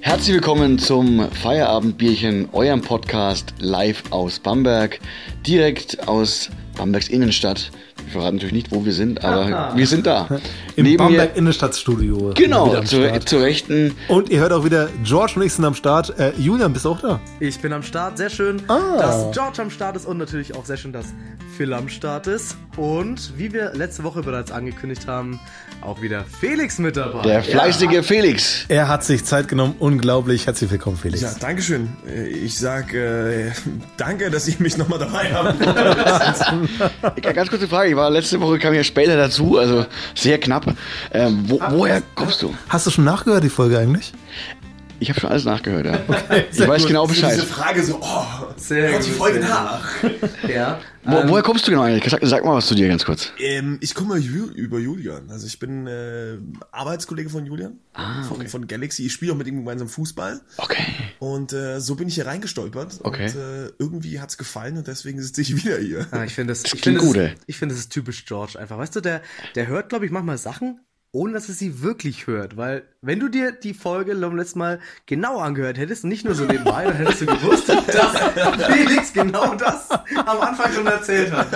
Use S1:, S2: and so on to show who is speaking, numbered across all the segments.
S1: Herzlich willkommen zum Feierabendbierchen, eurem Podcast live aus Bamberg, direkt aus Bambergs Innenstadt. Wir verraten natürlich nicht, wo wir sind, aber
S2: Aha.
S1: wir sind da.
S3: Im
S1: Neben mir-
S3: Bamberg Innenstadtstudio. Wieder
S1: Genau,
S3: am
S1: zur,
S3: Start.
S1: zur Rechten.
S3: Und ihr hört auch wieder George und ich sind am Start. Äh, Julian, bist du auch da?
S2: Ich bin am Start, sehr schön,
S3: Ah.
S2: dass George am Start ist und natürlich auch sehr schön, dass Phil am Start ist. Und wie wir letzte Woche bereits angekündigt haben, auch wieder Felix mit dabei.
S1: Der fleißige Felix.
S3: Er hat sich Zeit genommen. Unglaublich. Herzlich willkommen, Felix.
S4: Ja, Dankeschön. Äh, Ich sag äh, danke, dass ihr mich nochmal dabei habt.
S1: Ich- Ganz kurze Frage, ich war letzte Woche kam ja später dazu, also sehr knapp. Ähm, wo, woher kommst du?
S3: Hast du schon nachgehört, die Folge eigentlich?
S1: Ich habe schon alles nachgehört, ja.
S3: sehr
S1: Ich weiß
S3: gut.
S1: genau
S4: So diese
S1: Bescheid.
S4: Frage so, oh,
S2: Sehr
S4: hört die
S2: gut,
S4: Folge
S2: sehr
S4: nach.
S2: Ja. Ähm,
S1: Wo, woher kommst du genau eigentlich? Sag, sag mal was zu dir ganz kurz.
S4: Ähm, ich komme ju über Julian. Also ich bin äh, Arbeitskollege von Julian,
S1: Ah,
S4: von, von Galaxy. Ich spiele auch mit ihm gemeinsam Fußball.
S1: Okay.
S4: Und äh, so bin ich hier reingestolpert.
S1: Okay.
S4: Und äh, irgendwie hat's gefallen und deswegen sitze ich wieder hier.
S2: Ah, ich finde das, ich
S1: klingt
S2: finde das,
S1: gut, ey.
S2: ich finde das ist typisch George einfach. Weißt du, der, der hört, glaube ich, manchmal Sachen, ohne dass er sie wirklich hört. Weil, wenn du dir die Folge beim letzten Mal genau angehört hättest und nicht nur so nebenbei, dann hättest du gewusst, dass Felix genau das am Anfang schon erzählt hat.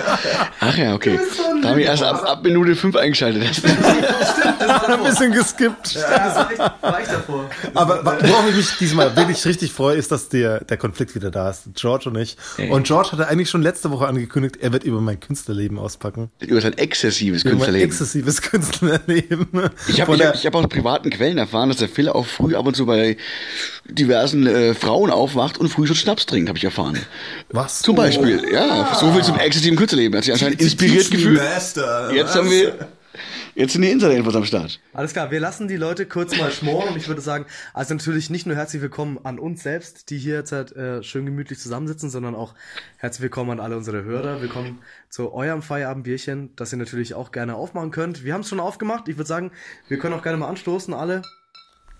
S1: Ach ja, okay.
S2: Du bist so ein
S1: Da habe ich erst ab, ab Minute 5 eingeschaltet.
S2: Stimmt, das war
S3: Ein
S2: davor.
S3: bisschen geskippt.
S2: Das war echt, war echt davor.
S3: Aber wa- worauf ich mich diesmal wirklich richtig freue, ist, dass der, der Konflikt wieder da ist. George und ich. Und George hatte eigentlich schon letzte Woche angekündigt, er wird über mein Künstlerleben auspacken.
S1: Über sein exzessives
S3: Über mein
S1: Künstlerleben.
S3: exzessives Künstlerleben.
S1: Ich habe
S3: Von
S1: ich
S3: der-
S1: hab, ich hab aus privaten Quellen erfahren, dass der Phil auch früh ab und zu bei diversen äh, Frauen aufwacht und früh schon Schnaps trinkt, habe ich erfahren.
S3: Was?
S1: Zum Beispiel, ja. So viel zum exzessiven Künstlerleben. Hat sich anscheinend inspiriert
S4: Teach me
S1: gefühlt.
S4: Master.
S1: Jetzt haben wir. Jetzt sind die Insider-Infos am Start.
S2: Alles klar, wir lassen die Leute kurz mal schmoren und ich würde sagen, also natürlich nicht nur herzlich willkommen an uns selbst, die hier jetzt halt, äh, schön gemütlich zusammensitzen, sondern auch herzlich willkommen an alle unsere Hörer. Willkommen zu eurem Feierabendbierchen, das ihr natürlich auch gerne aufmachen könnt. Wir haben es schon aufgemacht. Ich würde sagen, wir können auch gerne mal anstoßen, alle.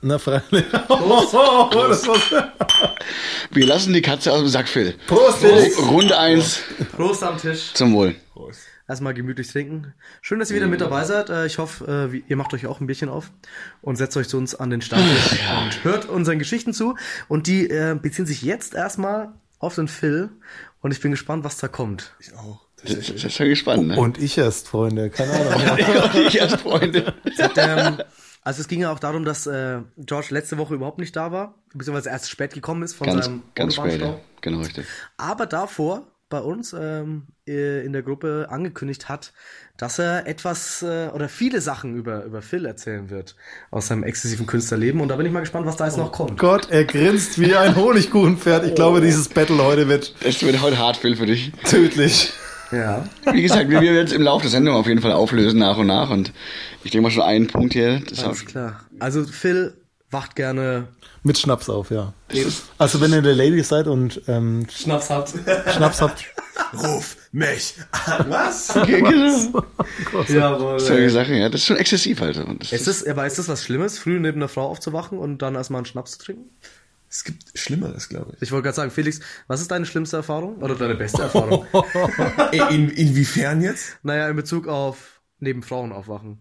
S3: Na, freilich. Oh, oh, oh, das war's.
S1: Wir lassen die Katze aus dem Sack, Phil.
S3: Prost, Felix.
S1: Runde 1
S2: Prost am Tisch.
S1: zum Wohl.
S4: Oh,
S2: Erstmal gemütlich trinken. Schön, dass ihr wieder mit dabei seid. Äh, Ich hoffe, äh, wie- ihr macht euch auch ein bisschen auf und setzt euch zu uns an den Stammtisch und hört unseren Geschichten zu. Und die äh, beziehen sich jetzt erstmal auf den Phil. Und ich bin gespannt, was da kommt.
S4: Ich auch.
S1: Das, das, das ist ja gespannt, ne?
S3: Und ich erst, Freunde. Keine Ahnung.
S1: ich erst, Freunde.
S2: Und, ähm, also es ging ja auch darum, dass äh, George letzte Woche überhaupt nicht da war, beziehungsweise erst stät gekommen ist von
S1: Ganz,
S2: seinem
S1: ganz spät,
S2: Autobahnstau.
S1: ja. Genau, richtig.
S2: aber davor bei uns ähm, äh, in der Gruppe angekündigt hat, dass er etwas äh, oder viele Sachen über, über Phil erzählen wird aus seinem exzessiven Künstlerleben. Und da bin ich mal gespannt, was da jetzt noch kommt.
S3: Gott, er grinst wie ein Honigkuchenpferd. Ich glaube, dieses Battle heute wird
S1: Es wird heute hart, Phil, für dich.
S3: tödlich.
S2: Ja.
S1: Wie gesagt, wir wir werden es im Laufe der Sendung auf jeden Fall auflösen, nach und nach. Und ich denke mal schon einen Punkt hier. Das hab,
S2: Alles klar. Also Phil wacht gerne
S3: Mit Schnaps auf, ja.
S1: das ist,
S3: Also wenn ihr der Lady seid und ähm,
S2: Schnaps habt.
S3: Schnaps habt,
S4: Ruf mich an. Was?
S1: okay, genau. Solche
S2: Jawohl.
S1: Sachen, ja. Das ist schon exzessiv halt. Und das
S2: Ist das, aber ist das was Schlimmes, früh neben einer Frau aufzuwachen und dann erstmal einen Schnaps zu trinken?
S4: Es gibt Schlimmeres, glaube ich.
S2: Ich wollte gerade sagen, Felix, was ist deine schlimmste Erfahrung oder deine beste Erfahrung?
S4: Ey, Äh, In, inwiefern jetzt?
S2: naja, in Bezug auf neben Frauen aufwachen.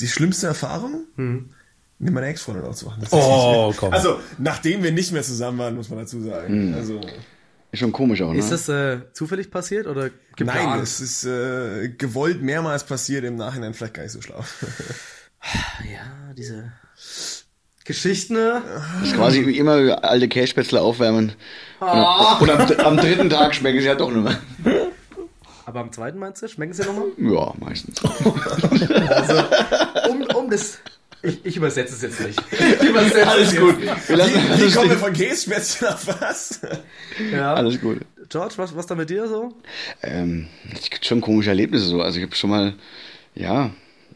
S4: Die schlimmste Erfahrung? Neben meiner Ex-Freundin aufzuwachen. Das
S3: Oh,
S4: ist-
S3: komm.
S4: Also, nachdem wir nicht mehr zusammen waren, muss man dazu sagen.
S1: Hm.
S4: Also,
S1: ist schon komisch auch, ne?
S2: Ist das äh, zufällig passiert oder
S4: nein,
S2: geplant?
S4: es ist äh, gewollt mehrmals passiert, im Nachhinein vielleicht gar nicht so schlau.
S2: Ja, diese Geschichten. ne?
S1: Das ist quasi wie immer alte Käsespätzle aufwärmen.
S4: Ah.
S1: Und, am, und am, am dritten Tag schmecken sie ja doch nur.
S2: Aber am zweiten meinst du, schmecken sie nochmal?
S1: Ja, meistens.
S2: Um, um das. Ich, ich übersetze es jetzt nicht. Ich übersetze es jetzt.
S1: Wir lassen
S4: Wie
S1: alles
S4: kommen wir
S1: stehen.
S4: von Käsespätzchen auf was?
S2: Ja.
S1: Alles gut.
S2: George, was, was da mit dir so?
S1: Ähm, es gibt schon komische Erlebnisse so. Also ich habe schon mal, ja,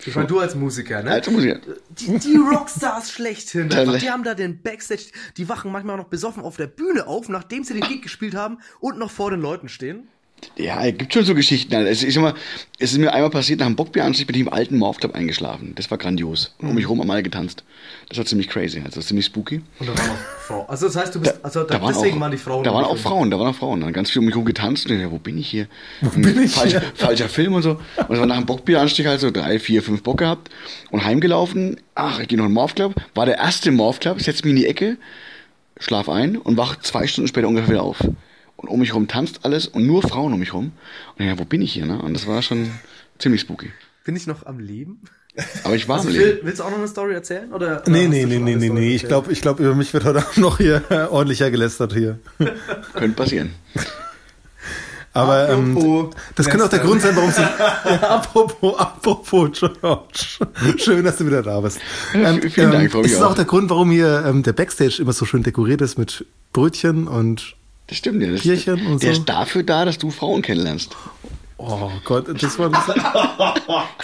S2: Ich meine, du als Musiker, ne?
S1: als Musiker.
S2: Die, die Rockstars schlechthin.
S1: Dann-
S2: Die haben da den Backstage, die wachen manchmal auch noch besoffen auf der Bühne auf, nachdem sie den Gig gespielt haben und noch vor den Leuten stehen.
S1: Ja, es gibt schon so Geschichten. Alter. Es ist, immer, es ist mir einmal passiert, nach dem Bockbier anschließend bin ich im alten Morph Club eingeschlafen. Das war grandios. Und um mich rum am Mal getanzt. Das war ziemlich crazy, also ziemlich spooky.
S2: Und da waren auch Frauen. Also das heißt, du bist, also da,
S1: Da waren
S2: deswegen
S1: auch,
S2: waren die Frauen.
S1: Da waren
S2: nicht
S1: auch
S2: drin.
S1: Frauen, da waren auch Frauen. Dann ganz viel um mich rum getanzt und ich dachte, wo bin ich hier? Wo bin ich Falsch, Falscher Film und so. Und es war nach dem Bockbieranstieg halt so drei, vier, fünf Bock gehabt und heimgelaufen. Ach, ich gehe noch in den Morph Club. War der erste im Morph Club, setz mich in die Ecke, schlaf ein und wach zwei Stunden später ungefähr wieder auf. Und um mich rum tanzt alles und nur Frauen um mich rum. Und ich dachte, wo bin ich hier? Ne? Und das war schon ziemlich spooky.
S2: Bin ich noch am Leben?
S1: Aber ich war
S2: Also
S1: im Leben.
S2: Phil, willst du auch noch eine Story erzählen? Oder, oder
S3: Nee,
S2: hast
S3: nee,
S2: du
S3: nee,
S2: schon
S3: nee,
S2: alle
S3: nee,
S2: Stories
S3: nee. Ich
S2: erzählt?
S3: glaube, ich glaub, über mich wird heute Abend noch hier ordentlicher gelästert hier.
S1: Könnte passieren.
S3: Aber ähm,
S2: Apropos
S3: das könnte auch der
S2: lästern.
S3: Grund sein, warum sie. ja, apropos, apropos, George. Schön, dass du wieder da bist. Ähm,
S1: Vielen Dank, freu mich
S3: Das ist
S1: auch.
S3: auch der Grund, warum hier ähm, der Backstage immer so schön dekoriert ist mit Brötchen und.
S1: Das stimmt ja. Das,
S3: Bierchen und
S1: der
S3: so.
S1: ist dafür da, dass du Frauen kennenlernst.
S3: Oh Gott, das war das.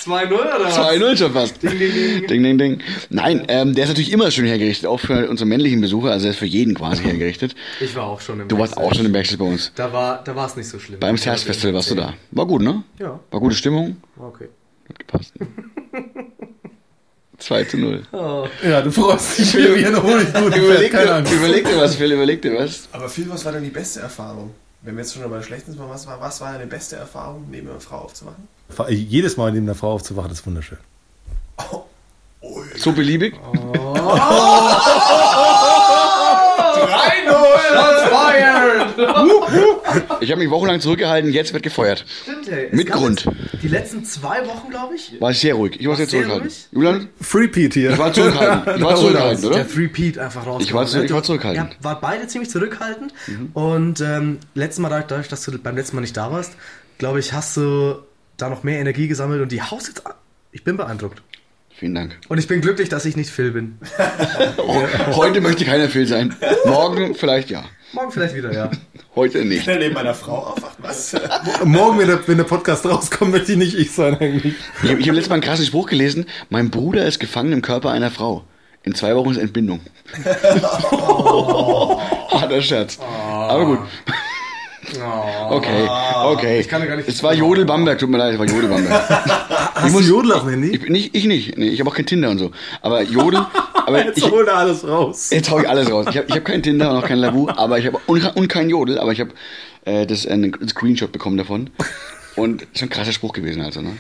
S2: 2-0 oder was?
S1: 2-0 schon fast. Ding,
S2: ding,
S1: ding, ding. ding, Nein, ähm, der ist natürlich immer schön hergerichtet, auch für unsere männlichen Besucher, also der ist für jeden quasi hergerichtet.
S2: Ich war auch schon im
S1: Du warst
S2: Backstage.
S1: auch schon im Backstage bei uns.
S2: Da war da war es nicht so schlimm.
S1: Beim Stars Festival warst du da. War gut, ne?
S2: Ja.
S1: War gute Stimmung.
S2: Okay.
S1: Hat gepasst. 2 zu 0.
S3: Ja, du freust dich mir hier noch nicht gut.
S1: Überleg
S3: Keine
S1: dir,
S3: Ahnung.
S1: überleg dir was, Phil, überleg dir was.
S4: Aber Phil, was war denn die beste Erfahrung? Wenn wir jetzt schon dabei schlechtens waren, was war, was war deine beste Erfahrung, neben einer Frau aufzuwachen?
S3: Jedes Mal neben einer Frau aufzuwachen, ist wunderschön.
S4: Oh, oh ja.
S1: So beliebig?
S2: 3-0! Shots
S1: Ich habe mich wochenlang zurückgehalten, jetzt wird gefeuert.
S2: Stimmt, hey. Es
S1: Mit
S2: gab
S1: Grund.
S2: Jetzt, die letzten zwei Wochen, glaube ich.
S1: War sehr ruhig. Ich war sehr
S2: Sehr
S1: zurückhaltend.
S2: ruhig?
S1: Julian,
S3: Free Pete hier.
S1: ich war zurückhaltend. Ich war zurückhaltend,
S2: Der
S1: oder?
S2: Three-Peat einfach raus.
S1: Ich war zu- ich war zurückhaltend. Mhm.
S2: Ja, war beide ziemlich zurückhaltend. Und ähm, letztes Mal, dadurch- dadurch, dass du beim letzten Mal nicht da warst, glaube ich, hast du da noch mehr Energie gesammelt und die Haus jetzt. a- Ich bin beeindruckt.
S1: Vielen Dank.
S2: Und ich bin glücklich, dass ich nicht Phil bin.
S1: Oh, heute möchte keiner Phil sein. Morgen vielleicht ja.
S2: Morgen vielleicht wieder, ja.
S1: Heute nicht.
S4: Wenn er neben einer Frau aufwacht, was?
S3: Morgen, wenn der, wenn der Podcast rauskommt, möchte ich nicht ich sein eigentlich.
S1: Ich habe hab letztes Mal einen krassen Spruch gelesen. Mein Bruder ist gefangen im Körper einer Frau. In zwei Wochen ist Entbindung. Harter Scherz.
S2: Ah.
S1: Aber gut. Okay, okay.
S2: Ich kann ja gar nicht-
S1: es war Jodel Bamberg, tut mir leid, es war Jodel Bamberg.
S3: Hast du Jodel auf dem Handy?
S1: Ich, bin nicht, ich nicht, nee, ich habe auch kein Tinder und so. Aber Jodel, aber ich,
S3: da alles raus.
S1: jetzt hau ich alles raus. Ich habe ich hab kein Tinder und auch kein Labu, aber ich habe und, und kein Jodel, aber ich habe äh, das einen Screenshot bekommen davon. Und schon ein krasser Spruch gewesen, also, ne?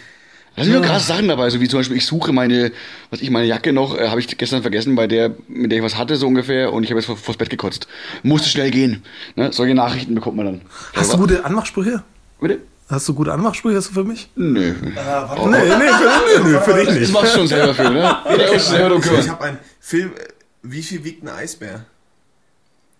S1: Da sind nur krasse Sachen dabei, so wie zum Beispiel, ich suche meine, was ich, meine Jacke noch, äh, habe ich gestern vergessen, bei der, mit der ich was hatte, so ungefähr, und ich habe jetzt vor, vors Bett gekotzt. Musste schnell gehen. Ne? Solche Nachrichten bekommt man dann.
S3: Hast du
S1: Aber-
S3: gute Anmachsprüche?
S1: Bitte?
S3: Hast du gute Anmachsprüche hast du für mich?
S1: Nö.
S3: Oh. Nee, nee, für, nee, nee, für dich
S1: Das machst du schon selber für, ne? Ja, musst du selber drum
S4: Also, ich
S1: kümmern.
S4: habe ein Phil, äh, wie viel wiegt ein Eisbär?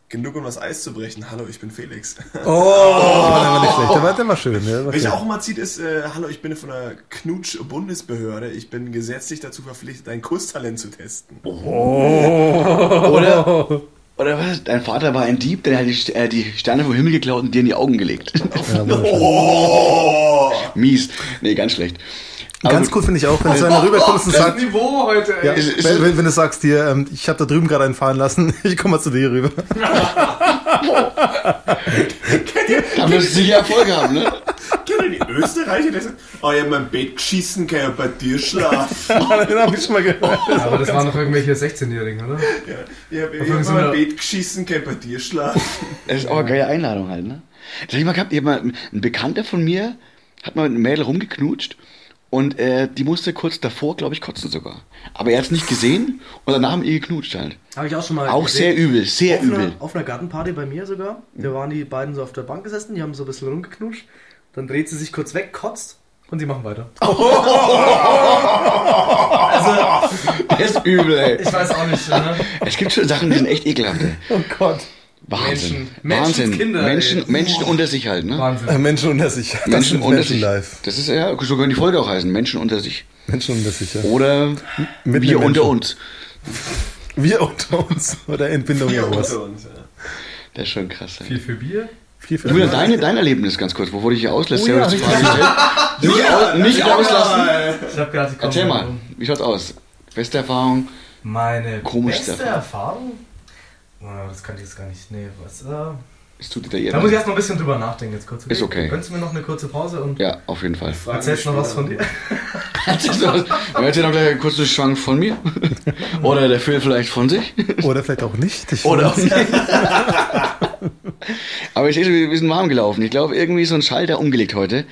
S4: Genug, um das Eis zu brechen. Hallo, ich bin Felix.
S3: Oh, der war nicht schlecht. Der war, der war schön. Der war
S4: Welche
S3: schön.
S4: auch immer zieht ist, äh, hallo, ich bin von der Knutsch-Bundesbehörde. Ich bin gesetzlich dazu verpflichtet, dein Kusstalent zu testen.
S1: Oh. Oder, oder was? Dein Vater war ein Dieb, der hat die, äh, die Sterne vom Himmel geklaut und dir in die Augen gelegt.
S4: Oh!
S1: Mies. Nee, ganz schlecht. Aber
S3: Ganz
S1: gut,
S3: cool finde ich auch, wenn du einer rüberkommst und sagst,
S2: Niveau heute,
S3: ja,
S1: Ist- ist-
S3: wenn, wenn, wenn du sagst hier, ähm, ich habe da drüben gerade einen fahren lassen, ich komme mal zu dir rüber.
S1: Da wirst du sicher Erfolg haben, ne?
S4: Kennt ihr die Österreicher? Die sagen, oh ja, mein Bett geschissen, kann ja bei dir schlafen.
S3: Den habe ich schon mal gehört.
S2: Aber das waren noch irgendwelche 16-Jährigen, oder?
S4: ja, ja, ich
S2: wir
S4: hab
S2: sind
S4: mein
S2: ja-
S4: Bett geschissen, kann bei dir schlafen.
S1: Das ist auch eine geile Einladung halt, ne? Das hab ich mal gehabt, ich hab mal, ein Bekannter von mir hat mal mit einem Mädel rumgeknutscht und äh, die musste kurz davor, glaube ich, kotzen sogar. Aber er hat es nicht gesehen und danach haben ihr geknutscht halt.
S2: Habe ich auch schon mal.
S1: Auch sehr übel, sehr
S2: auf
S1: übel. Mhm.
S2: Einer, auf einer Gartenparty bei mir sogar. Da waren die beiden so auf der Bank gesessen, die haben so ein bisschen rumgeknutscht. Dann dreht sie sich kurz weg, kotzt und sie machen weiter.
S1: Das ist übel, ey.
S2: Ich weiß auch nicht, ne?
S1: Es gibt schon Sachen, die sind echt ekelhaft, ey.
S3: Oh Gott.
S1: Wahnsinn.
S2: Menschen- Menschen-
S1: Wahnsinn.
S2: Kinder, ey.
S1: Menschen, Menschen unter sich halt, ne?
S2: Wahnsinn.
S3: Menschen unter sich. Das
S1: Menschen
S3: ist
S1: unter sich.
S3: live.
S1: Das ist ja, so können die Folge auch heißen, Menschen unter sich.
S3: Menschen unter sich, ja.
S1: Oder
S3: Mit
S1: wir
S3: einem
S1: unter
S3: Menschen.
S1: uns.
S3: Wir unter uns. Oder
S1: Oh,
S3: Entbindung
S4: Ja,
S3: ja was.
S4: unter uns, ja.
S1: Das ist schon krass, ey.
S2: Viel für Bier.
S3: Viel, viel
S1: Julian, deine, dein Erlebnis ganz kurz, bevor du dich hier auslässt,
S3: Oh
S1: selber
S3: ja.
S1: hast du die Frage gestellt. Nicht, au nicht auslassen.
S2: Ich habe gerade die
S1: Erzähl mal, wie schaut's aus? Beste Erfahrung?
S2: Meine
S1: Komisch
S2: beste Oh,
S1: davon.
S2: Erfahrung? Ah, das kann ich jetzt gar nicht. Nee, was? Äh,
S1: Ist zu detailliert.
S2: Da muss ich erstmal ein bisschen drüber nachdenken jetzt kurz.
S1: Ist okay.
S2: Gönnst du mir noch eine kurze Pause und
S1: Ja, auf jeden Fall.
S2: erzählst noch was von dir?
S1: Man erzählt auch gleich einen kurzen Schwank von mir. Oder der Phil vielleicht von sich.
S3: Oder vielleicht auch nicht. Ich
S1: Oder auch
S3: weiß-
S1: nicht. Aber ich sehe schon, wir wir sind warm gelaufen. Ich glaube, irgendwie ist so ein Schalter umgelegt heute.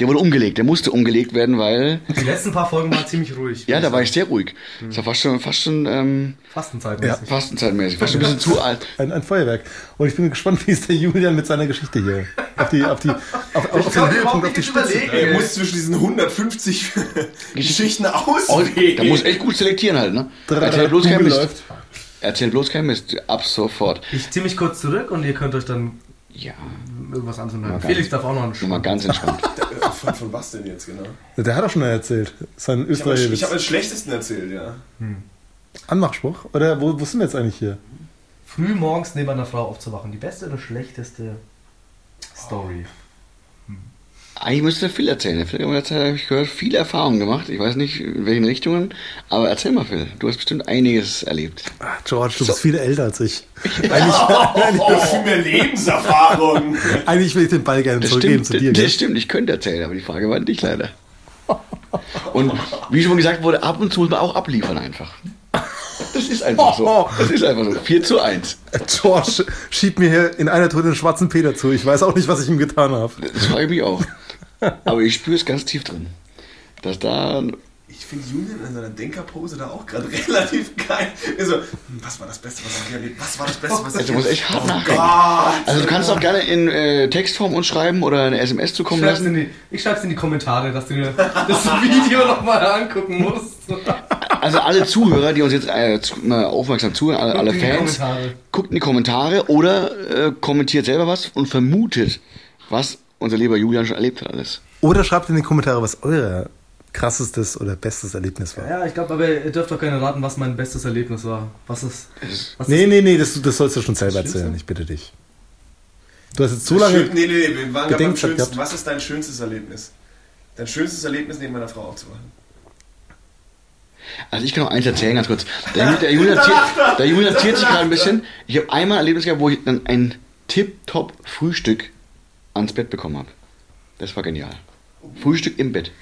S1: Der wurde umgelegt, der musste umgelegt werden, weil.
S2: Die letzten paar Folgen waren ziemlich ruhig.
S1: Ja, da war ich sehr ruhig. Das war fast schon, fast schon ähm,
S2: Fastenzeit.
S3: Ja.
S2: mäßig.
S1: fastenzeitmäßig, fast schon ein bisschen zu alt.
S3: Ein, ein Feuerwerk. Und ich bin gespannt, wie es der Julian mit seiner Geschichte hier auf die auf die auf, auf, auf
S2: kann
S3: den
S2: mir überhaupt
S3: Höhepunkt auf die
S2: nicht
S3: Spitze.
S2: überlegen.
S4: Er muss zwischen diesen 150 Geschichten
S1: Oh,
S4: auswählen. Äh,
S1: da muss echt gut selektieren halt, ne? Erzähl bloß kein
S3: Google
S1: Mist.
S3: läuft.
S1: Erzähl bloß kein Mist. Ab sofort.
S2: Ich zieh mich kurz zurück und ihr könnt euch dann
S1: Ja,
S2: irgendwas anderes
S1: Mal
S2: anhören.
S1: ganz-
S2: Felix darf auch noch einen
S1: nochmal
S2: Schwank.
S1: ganz entspannt.
S4: Von, von was denn jetzt genau?
S3: Der hat auch schon erzählt. Sein
S4: Ich habe
S3: Österreicher
S4: hab
S3: Witz.
S4: den schlechtesten erzählt, ja.
S3: Anmachspruch? Oder wo, wo sind wir jetzt eigentlich hier?
S2: Früh morgens neben einer Frau aufzuwachen. Die beste oder schlechteste Story?
S1: Eigentlich müsste der Phil erzählen. Der Phil hat in der Zeit, habe ich gehört, viel Erfahrung gemacht. Ich weiß nicht, in welchen Richtungen. Aber erzähl mal, Phil. Du hast bestimmt einiges erlebt.
S3: Ah, George, du bist viel älter als ich.
S4: Oh, viel mehr Lebenserfahrung.
S3: Eigentlich will ich den Ball gerne
S1: Das
S3: zurückgeben
S1: stimmt,
S3: zu dir.
S1: das
S3: gell?
S1: stimmt, ich könnte erzählen, aber die Frage war an dich leider. Und wie schon gesagt wurde, ab und zu muss man auch abliefern einfach. Das ist einfach so. Das ist einfach so. 4 zu 1.
S3: George schiebt mir hier in einer Tour den schwarzen Peter zu. Ich weiß auch nicht, was ich ihm getan habe.
S1: Das frage ich mich auch. Aber ich spüre es ganz tief drin. Dass da.
S4: Ich finde Julian in seiner Denkerpose da auch gerade relativ geil. Also, was war das Beste, was ich hier erlebt Was war das Beste, was ich Oh
S1: Also, du musst echt hart nachdenken.
S4: Ah,
S1: Also, du kannst auch gerne in äh, Textform uns schreiben oder eine SMS
S2: Ich
S1: zukommen
S2: schreib's, in
S1: lassen.
S2: die, ich schreib's in die Kommentare, dass du dir das Video nochmal angucken musst.
S1: Also, alle Zuhörer, die uns jetzt äh, zu, mal aufmerksam zuhören, alle, alle
S2: Guckt in die
S1: Fans,
S2: Kommentare.
S1: guckt in die Kommentare oder äh, kommentiert selber was und vermutet, was unser lieber Julian schon erlebt hat alles.
S3: Oder schreibt in die Kommentare, was euer krassestes oder bestes Erlebnis war.
S2: Ja, ich glaube, aber ihr dürft doch gerne raten, was mein bestes Erlebnis war. Was ist. Was
S3: Nee, nee, nee, das, das sollst du schon selber erzählen. Ich bitte dich. Du hast jetzt so lange.
S4: Schön, nee, nee, nee, wir waren gerade beim
S3: Bedenkzeit
S4: schönsten.
S3: gehabt.
S4: Was ist dein schönstes Erlebnis? Dein schönstes Erlebnis, neben meiner Frau aufzuwachen.
S1: Also ich kann noch eins erzählen, ganz kurz. Der, Ju- der Julian ziert, der Julian ziert sich gerade ein bisschen. Ich habe einmal ein Erlebnis gehabt, wo ich dann ein tipptopp Frühstück ans Bett bekommen habe. Das war genial. Frühstück im Bett.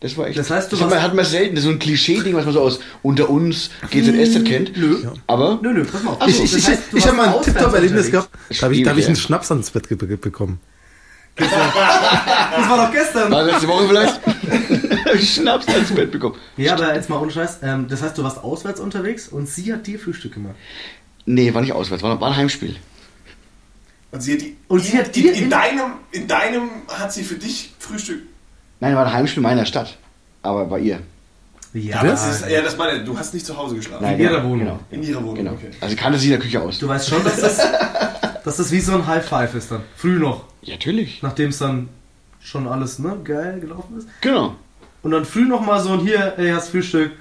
S1: Das war echt.
S2: Das heißt, du
S1: hat
S2: warst-
S1: man, hat man selten. Das ist so ein Klischee-Ding, was man so aus unter uns GZSZ kennt.
S2: Hm.
S1: Nö. Aber.
S2: Nö, nö, pass mal auf.
S1: Ach so,
S3: Ich, ich,
S2: das heißt, du
S3: ich
S2: warst
S3: habe mal ein
S2: auswärts
S3: Tipptopp-Erlebnis
S2: unterwegs.
S3: gehabt. Da habe ich, da hab ich
S1: Schwierig,
S3: einen
S1: ja.
S3: Schnaps ans Bett ge ge- bekommen.
S2: Das war doch gestern.
S1: War letzte Woche vielleicht? ich Schnaps ans Bett bekommen.
S2: Ja, aber jetzt mal ohne Scheiß. Ähm, das heißt, du warst auswärts unterwegs und sie hat dir Frühstück gemacht.
S1: Nee, war nicht auswärts, war, war ein Heimspiel.
S4: Und sie hat die.
S2: Und sie hat
S4: in,
S2: dir
S4: in,
S2: in-
S4: deinem, in deinem hat sie für dich Frühstück.
S1: Nein, war ein Heimspiel meiner Stadt. Aber bei ihr.
S2: Ja.
S3: Das
S4: Das ist, ja, das meine ich. Du hast nicht zu Hause geschlafen.
S1: Nein,
S2: In ihrer
S1: genau,
S2: Wohnung.
S1: Genau.
S4: In ihrer Wohnung.
S1: Genau.
S4: Okay.
S1: Also kannte sie in der Küche aus.
S2: Du weißt schon, dass das, dass das wie so ein High Five ist dann. Früh noch,
S1: Ja, natürlich.
S2: nachdem es dann schon alles ne, geil gelaufen ist.
S1: Genau.
S2: Und dann früh noch mal so ein hier, ey, hast Frühstück.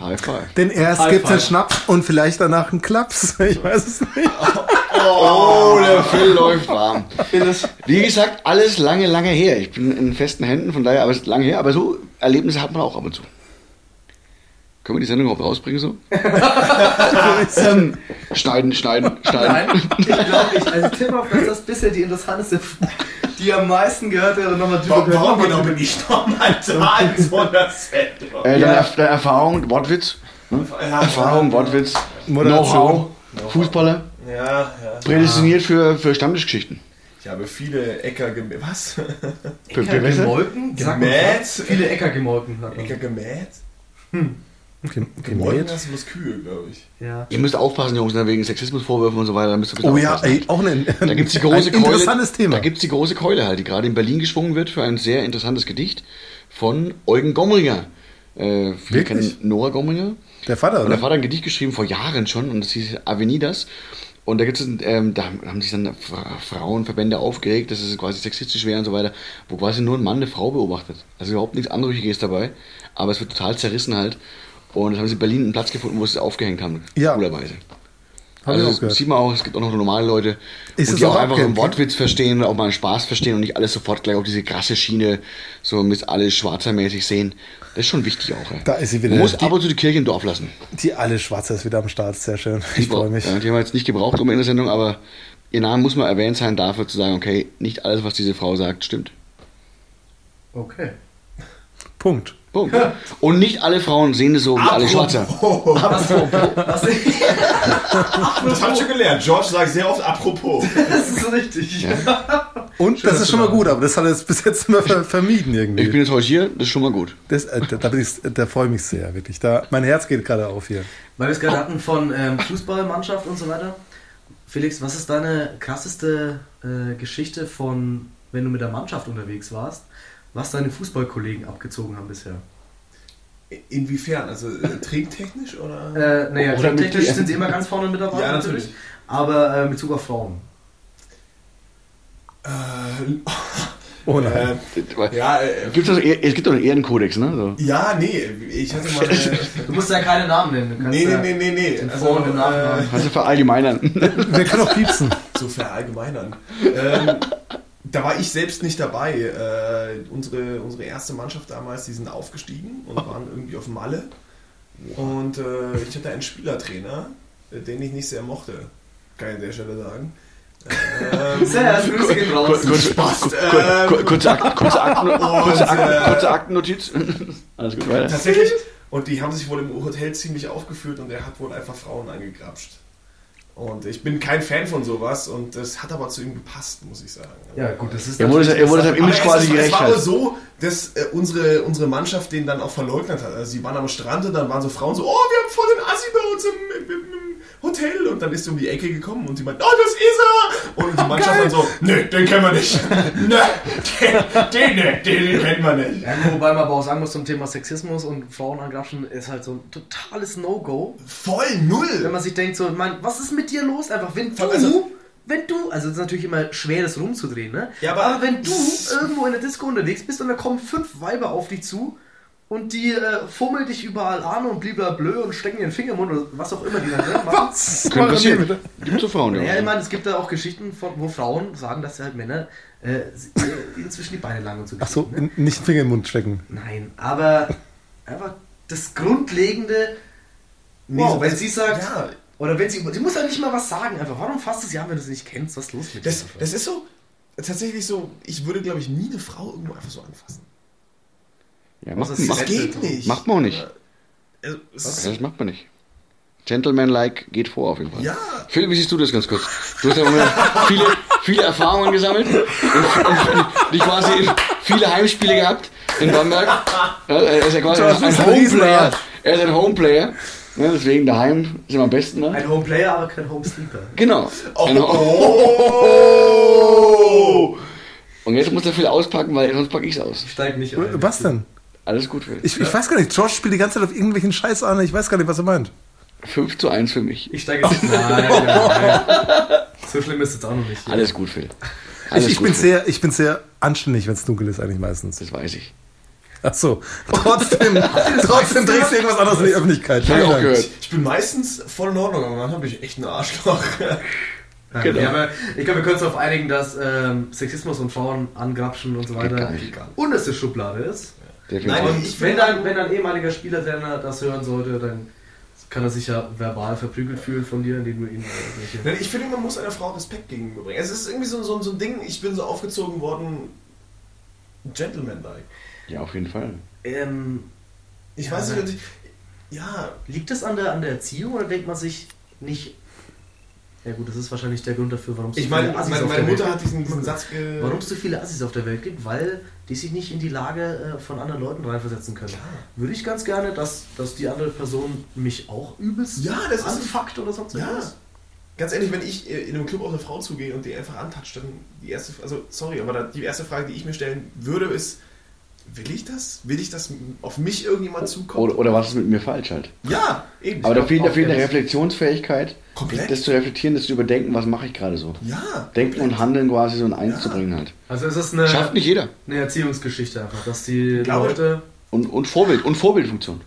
S1: High five.
S3: Denn erst
S2: High
S3: gibt es einen
S2: five.
S3: Schnaps und vielleicht danach einen Klaps. Ich weiß es nicht.
S1: Oh, der Phil läuft warm.
S2: Das,
S1: Wie gesagt, alles lange, lange her. Ich bin in festen Händen, von daher, aber es ist lange her. Aber so Erlebnisse hat man auch ab und zu. Können wir die Sendung überhaupt rausbringen so? ähm, schneiden, schneiden, schneiden.
S2: nein, ich glaube nicht. Also Tim auf, dass das bisher die interessanteste, die am meisten gehört wird und nochmal drüber
S4: Warum,
S2: gehört.
S4: warum genau bin ich nochmal da in so einer Sendung?
S1: Äh, deine,
S2: Ja.
S1: Erf- deine Erfahrung, Wortwitz.
S4: Ja,
S1: Erfahrung, Wortwitz.
S3: Moderation.
S1: Know-how. Fußballer.
S4: Ja, ja.
S1: Prädestiniert für, für Stammtischgeschichten.
S4: Ich habe viele Äcker gemäht. Was?
S1: Für
S2: Äcker
S1: Gewässer.
S2: gemolken? Sag mal,
S4: Gemäht?
S2: Viele Äcker gemolken. sagt man.
S4: Äcker gemäht?
S3: Gem-
S4: Gemäht?
S3: Gemäht?
S4: Das muss Kühe, glaube ich.
S2: Ja.
S1: Ihr müsst aufpassen, Jungs, ne, wegen Sexismusvorwürfen und so weiter. Da müsst ihr bitte
S3: Oh ja,
S1: aufpassen.
S3: ey, auch ein,
S1: Da gibt's die große
S3: ein
S1: Keule.
S3: interessantes Thema.
S1: Da gibt's die große Keule halt, die gerade in Berlin geschwungen wird für ein sehr interessantes Gedicht von Eugen Gomringer. Äh, viele
S3: Wirklich?
S1: kennen Nora Gomringer.
S3: Der Vater,
S1: Und der
S3: oder?
S1: Vater hat ein Gedicht geschrieben vor Jahren schon und das hieß Avenidas. Und da, gibt's, ähm, da haben sich dann Fra Frauenverbände aufgeregt, dass es quasi sexistisch wäre und so weiter, wo quasi nur ein Mann eine Frau beobachtet. Also überhaupt nichts Anrüchiges dabei, aber es wird total zerrissen halt. Und dann haben sie in Berlin einen Platz gefunden, wo sie es aufgehängt haben.
S3: Ja.
S1: Coolerweise.
S3: Hab ich
S1: Also
S3: auch
S1: das
S3: gehört.
S1: sieht man auch, es gibt auch noch normale Leute,
S3: Ist
S1: und
S3: es
S1: die auch
S3: auch
S1: einfach so einen
S3: abgehängt,
S1: Wortwitz verstehen und auch mal einen Spaß verstehen und nicht alles sofort gleich auf diese krasse Schiene, so mit alles schwarzermäßig sehen. Das ist schon wichtig auch. Ja.
S3: Da ist sie wieder.
S1: Man muss
S3: Die-
S1: ab und zu die Kirche im Dorf lassen.
S3: Die alle Schwarze ist wieder am Start. Sehr schön. Ich freue mich.
S1: Ja, die haben wir jetzt nicht gebraucht um in der Sendung, aber ihr Name muss mal erwähnt sein, dafür zu sagen, okay, nicht alles, was diese Frau sagt, stimmt.
S2: Okay.
S3: Punkt.
S1: Punkt. Und nicht alle Frauen sehen es so wie alle Schwarze.
S2: Das ist,
S4: Das habe ich schon gelernt. George sagt sehr oft apropos.
S2: das ist richtig.
S3: Und das
S2: dass
S3: ist
S2: du
S3: schon mal
S2: da
S3: gut, aber das hat er jetzt bis jetzt immer ver- vermieden irgendwie.
S1: Ich bin jetzt heute hier, das ist schon mal gut.
S3: das, äh, da da, bin ich- da freue ich mich sehr, wirklich. Da, mein Herz geht gerade auf hier.
S2: Weil wir es gerade hatten von ähm, Fußballmannschaft und so weiter. Felix, was ist deine krasseste äh, Geschichte von, wenn du mit der Mannschaft unterwegs warst, was deine Fußballkollegen abgezogen haben bisher?
S4: Inwiefern? Also äh, trinktechnisch oder?
S2: Äh, naja,
S1: Oder mit
S2: technisch
S1: dir.
S2: sind sie immer ganz vorne mit dabei.
S4: Ja, natürlich.
S2: Aber äh, in Bezug auf Frauen. Äh.
S3: Oh nein.
S1: Ähm.
S4: ja, äh,
S1: Gibt's also, es gibt doch einen Ehrenkodex, ne? So.
S4: ja, nee, ich hatte mal. Äh,
S2: Du musst ja keine Namen nennen. Du kannst
S4: nee,
S2: ja
S4: nee, nee, nee, Also, äh, nee.
S2: Den Vor- und den Nachnamen.
S1: Kannst du verallgemeinern.
S3: Wer kann auch piepsen?
S4: so verallgemeinern. ähm, da war ich selbst nicht dabei. Äh, unsere, unsere erste Mannschaft damals, die sind aufgestiegen und waren irgendwie auf Malle. Und äh, ich hatte einen Spielertrainer, äh, den ich nicht sehr mochte. Kann ich an der Stelle sagen. Ähm,
S2: Sehr, Grüße gehen raus. ähm,
S1: Kurz- kurz- kurz- kurz- kurze Ak- kurze Akten- kurze
S2: äh,
S1: Ak- kurze Aktennotiz. Alles gut, weiter.
S4: Tatsächlich. Und die haben sich wohl im Hotel ziemlich aufgeführt und er hat wohl einfach Frauen angegrapscht. Und ich bin kein Fan von sowas und das hat aber zu ihm gepasst, muss ich sagen.
S2: Ja, gut, das ist
S1: Er wurde, er wurde seinem
S4: Aber
S1: Image quasi
S4: es, es war aber
S1: gerecht. halt.
S4: so, dass äh, unsere, unsere Mannschaft den dann auch verleugnet hat. Also sie waren am Strand und dann waren so Frauen so, oh, wir haben voll den Assi bei uns im, im, im, im Hotel. Und dann ist sie um die Ecke gekommen und sie meint, oh, das ist er! Und die Mannschaft dann so, nö, den kennen wir nicht. Nö, den, den, den, den kennen wir nicht.
S2: Ja, gut, wobei man aber auch sagen muss zum Thema Sexismus und Frauen angraschen ist halt so ein totales No-Go.
S4: Voll null.
S2: Wenn man sich denkt, so, man, was ist mit dir los? Einfach, wenn du,
S4: Also-
S2: wenn du, also es ist natürlich immer schwer, das rumzudrehen, ne?
S4: Ja, aber-
S2: wenn du irgendwo in der Disco unterwegs bist und da kommen fünf Weiber auf dich zu und die äh, fummeln dich überall an und bliblablö und stecken ihren Finger im Mund oder was auch immer die dann ne, machen.
S1: Können passieren. Gibt so Frauen,
S2: Ja, ich
S1: ja.
S2: meine, es gibt da auch Geschichten, von, wo Frauen sagen, dass sie halt Männer äh, sie- äh, ihnen zwischen die Beine lang und so.
S3: Ach so,
S2: ne?
S3: n- nicht den Finger in den Mund stecken.
S2: Nein, aber einfach das Grundlegende,
S4: Nee,
S2: wow,
S4: so
S2: wenn
S4: das-
S2: sie sagt,
S4: ja.
S2: oder wenn sie, sie muss ja nicht mal was sagen, einfach, warum fasst du sie an, wenn du sie nicht kennst, was ist los mit
S4: Das,
S2: dir?
S4: das ist so, tatsächlich so, ich würde, glaube ich, nie eine Frau irgendwo einfach so anfassen.
S1: ja
S2: Also
S1: macht,
S2: es
S1: macht,
S2: ist-
S4: Geht nicht.
S1: macht man auch nicht.
S4: Also, es ist-
S1: Das macht man nicht. Gentleman-like geht vor auf jeden Fall.
S4: Ja.
S1: Phil, wie siehst du das ganz kurz? Du hast ja mal viele, viele Erfahrungen gesammelt und, und dich quasi in viele Heimspiele gehabt in Bamberg. Ja, Er ist ja quasi
S3: Das ist
S1: ein
S3: ein
S1: Homeplayer.
S3: Riesenart.
S1: Er ist ein Homeplayer. Ja, deswegen daheim ist immer am besten. Ne?
S2: Ein Homeplayer, aber kein Homesleeper.
S1: Genau. Ein Ho-
S4: Oh!
S1: Und jetzt muss der Phil auspacken, weil sonst packe ich es aus.
S2: Ich steig nicht ein.
S3: Äh, Was denn?
S1: Alles gut, Phil.
S3: Ich, ich weiß gar nicht. George spielt die ganze Zeit auf irgendwelchen Scheiß an. Ich weiß gar nicht, was er meint.
S1: 5 zu 1 für mich.
S2: Ich steige jetzt nicht Nein, nein, nein. So schlimm ist es auch noch nicht.
S1: Alles gut, Phil. Alles
S3: Ich, ich,
S1: gut,
S3: bin
S1: Phil.
S3: sehr, ich bin sehr anständig, wenn es dunkel ist, eigentlich meistens.
S1: Das weiß ich.
S3: Ach so. Trotzdem, trotzdem trägst du irgendwas anderes in die Öffentlichkeit.
S1: Hab ich auch gehört.
S4: Ich bin meistens voll in Ordnung, aber manchmal bin ich echt ein Arschloch.
S2: Nein,
S1: Genau.
S2: wir haben ja- ich glaube, wir können uns darauf einigen, dass ähm, Sexismus und Frauen angrapschen und so weiter
S1: gar nicht.
S2: unterste Schublade ist.
S1: Definitiv.
S4: Nein,
S2: Und wenn ein, wenn ein ehemaliger Spielertrainer das hören sollte, dann kann er sich ja verbal verprügelt fühlen von dir, indem du ihn halt irgendwelche-
S4: Denn ich finde, man muss einer Frau Respekt gegenüberbringen. Es ist irgendwie so, so, so ein Ding, ich bin so aufgezogen worden, Gentleman-like.
S1: ja, auf jeden Fall.
S2: ähm,
S4: Ich
S2: Ja.
S4: weiß nicht, ob ich, ja,
S2: Liegt das an der, an der Erziehung oder denkt man sich nicht. Ja gut, das ist wahrscheinlich der Grund dafür, warum es
S4: ich meine,
S2: viele Assis
S4: Also, meine,
S2: auf
S4: meine
S2: der
S4: Mutter
S2: Welt-
S4: hat diesen, diesen Satz ge
S2: Warum es so viele Assis auf der Welt gibt, weil die sich nicht in die Lage äh, von anderen Leuten reinversetzen können. Würde ich ganz gerne, dass, dass die andere Person mich auch übelst
S4: Ja, das ist-
S2: anfuckt oder sonst
S4: Ja.
S2: irgendwas.
S4: Ganz ehrlich, wenn ich äh, in einem Club auf eine Frau zugehe und die einfach antatscht, dann die erste, also sorry, aber da, die erste Frage, die ich mir stellen würde, ist, will ich das? Will ich, dass auf mich irgendjemand zukommt?
S1: Oder, oder was ist mit mir falsch halt?
S4: ja, eben.
S1: Aber da fehlt, da
S2: auch
S1: fehlt eine
S2: jetzt.
S1: Reflexionsfähigkeit,
S4: Komplett.
S1: das zu reflektieren, das zu überdenken, was mache ich gerade so.
S4: ja.
S1: Denken und Handeln quasi so in eins
S4: Ja.
S1: zu bringen halt.
S2: Also es
S3: Äh.
S2: ist eine,
S1: Schafft nicht jeder.
S2: eine Erziehungsgeschichte einfach, dass die
S4: glaube-
S2: Leute.
S1: Und, und Vorbild, und Vorbildfunktion.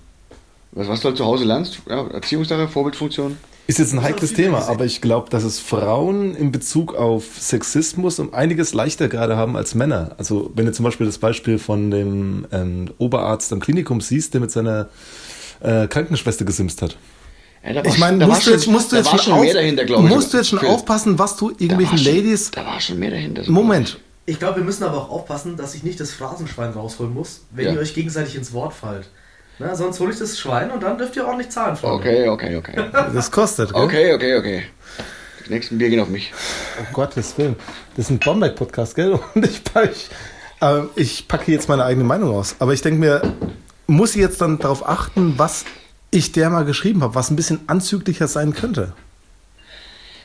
S1: Was, was du halt zu Hause lernst, ja, Erziehungssache, Vorbildfunktion.
S3: Ist jetzt ein
S4: Das
S3: heikles
S4: ist viel
S3: Thema,
S4: gesehen.
S3: aber ich glaube, dass es Frauen in Bezug auf Sexismus um einiges leichter gerade haben als Männer. Also wenn du zum Beispiel das Beispiel von dem ähm, Oberarzt am Klinikum siehst, der mit seiner äh, Krankenschwester gesimst hat.
S1: Ja, da
S3: Ich
S1: war's-
S3: meine,
S1: da
S3: musst,
S1: war's
S3: du jetzt-
S1: schon-
S3: musst du
S1: da
S3: jetzt
S1: war's
S3: schon,
S1: schon
S3: auf,
S1: mehr dahinter, glaube ich.
S3: musst du jetzt schon
S1: Phil,
S3: aufpassen, was du
S1: da
S3: irgendwelchen
S1: war's schon-
S3: Ladies.
S1: Da war schon mehr dahinter. so.
S3: Moment,
S2: Ich glaube, wir müssen aber auch aufpassen, dass ich nicht das Phrasenschwein rausholen muss, wenn
S1: Ja.
S2: ihr euch gegenseitig ins Wort fallt. Na, sonst hole ich das Schwein und dann dürft ihr ordentlich zahlen, Freunde.
S1: Okay, okay, okay.
S3: das kostet. Gell?
S1: Okay, okay, okay. Die nächsten Bier gehen auf mich.
S3: Um Gottes Willen. Das ist ein Bomberg-Podcast, gell? Und ich, pa- ich, ähm, ich packe jetzt meine eigene Meinung aus. Aber ich denke mir, muss ich jetzt dann darauf achten, was ich der mal geschrieben habe, was ein bisschen anzüglicher sein könnte?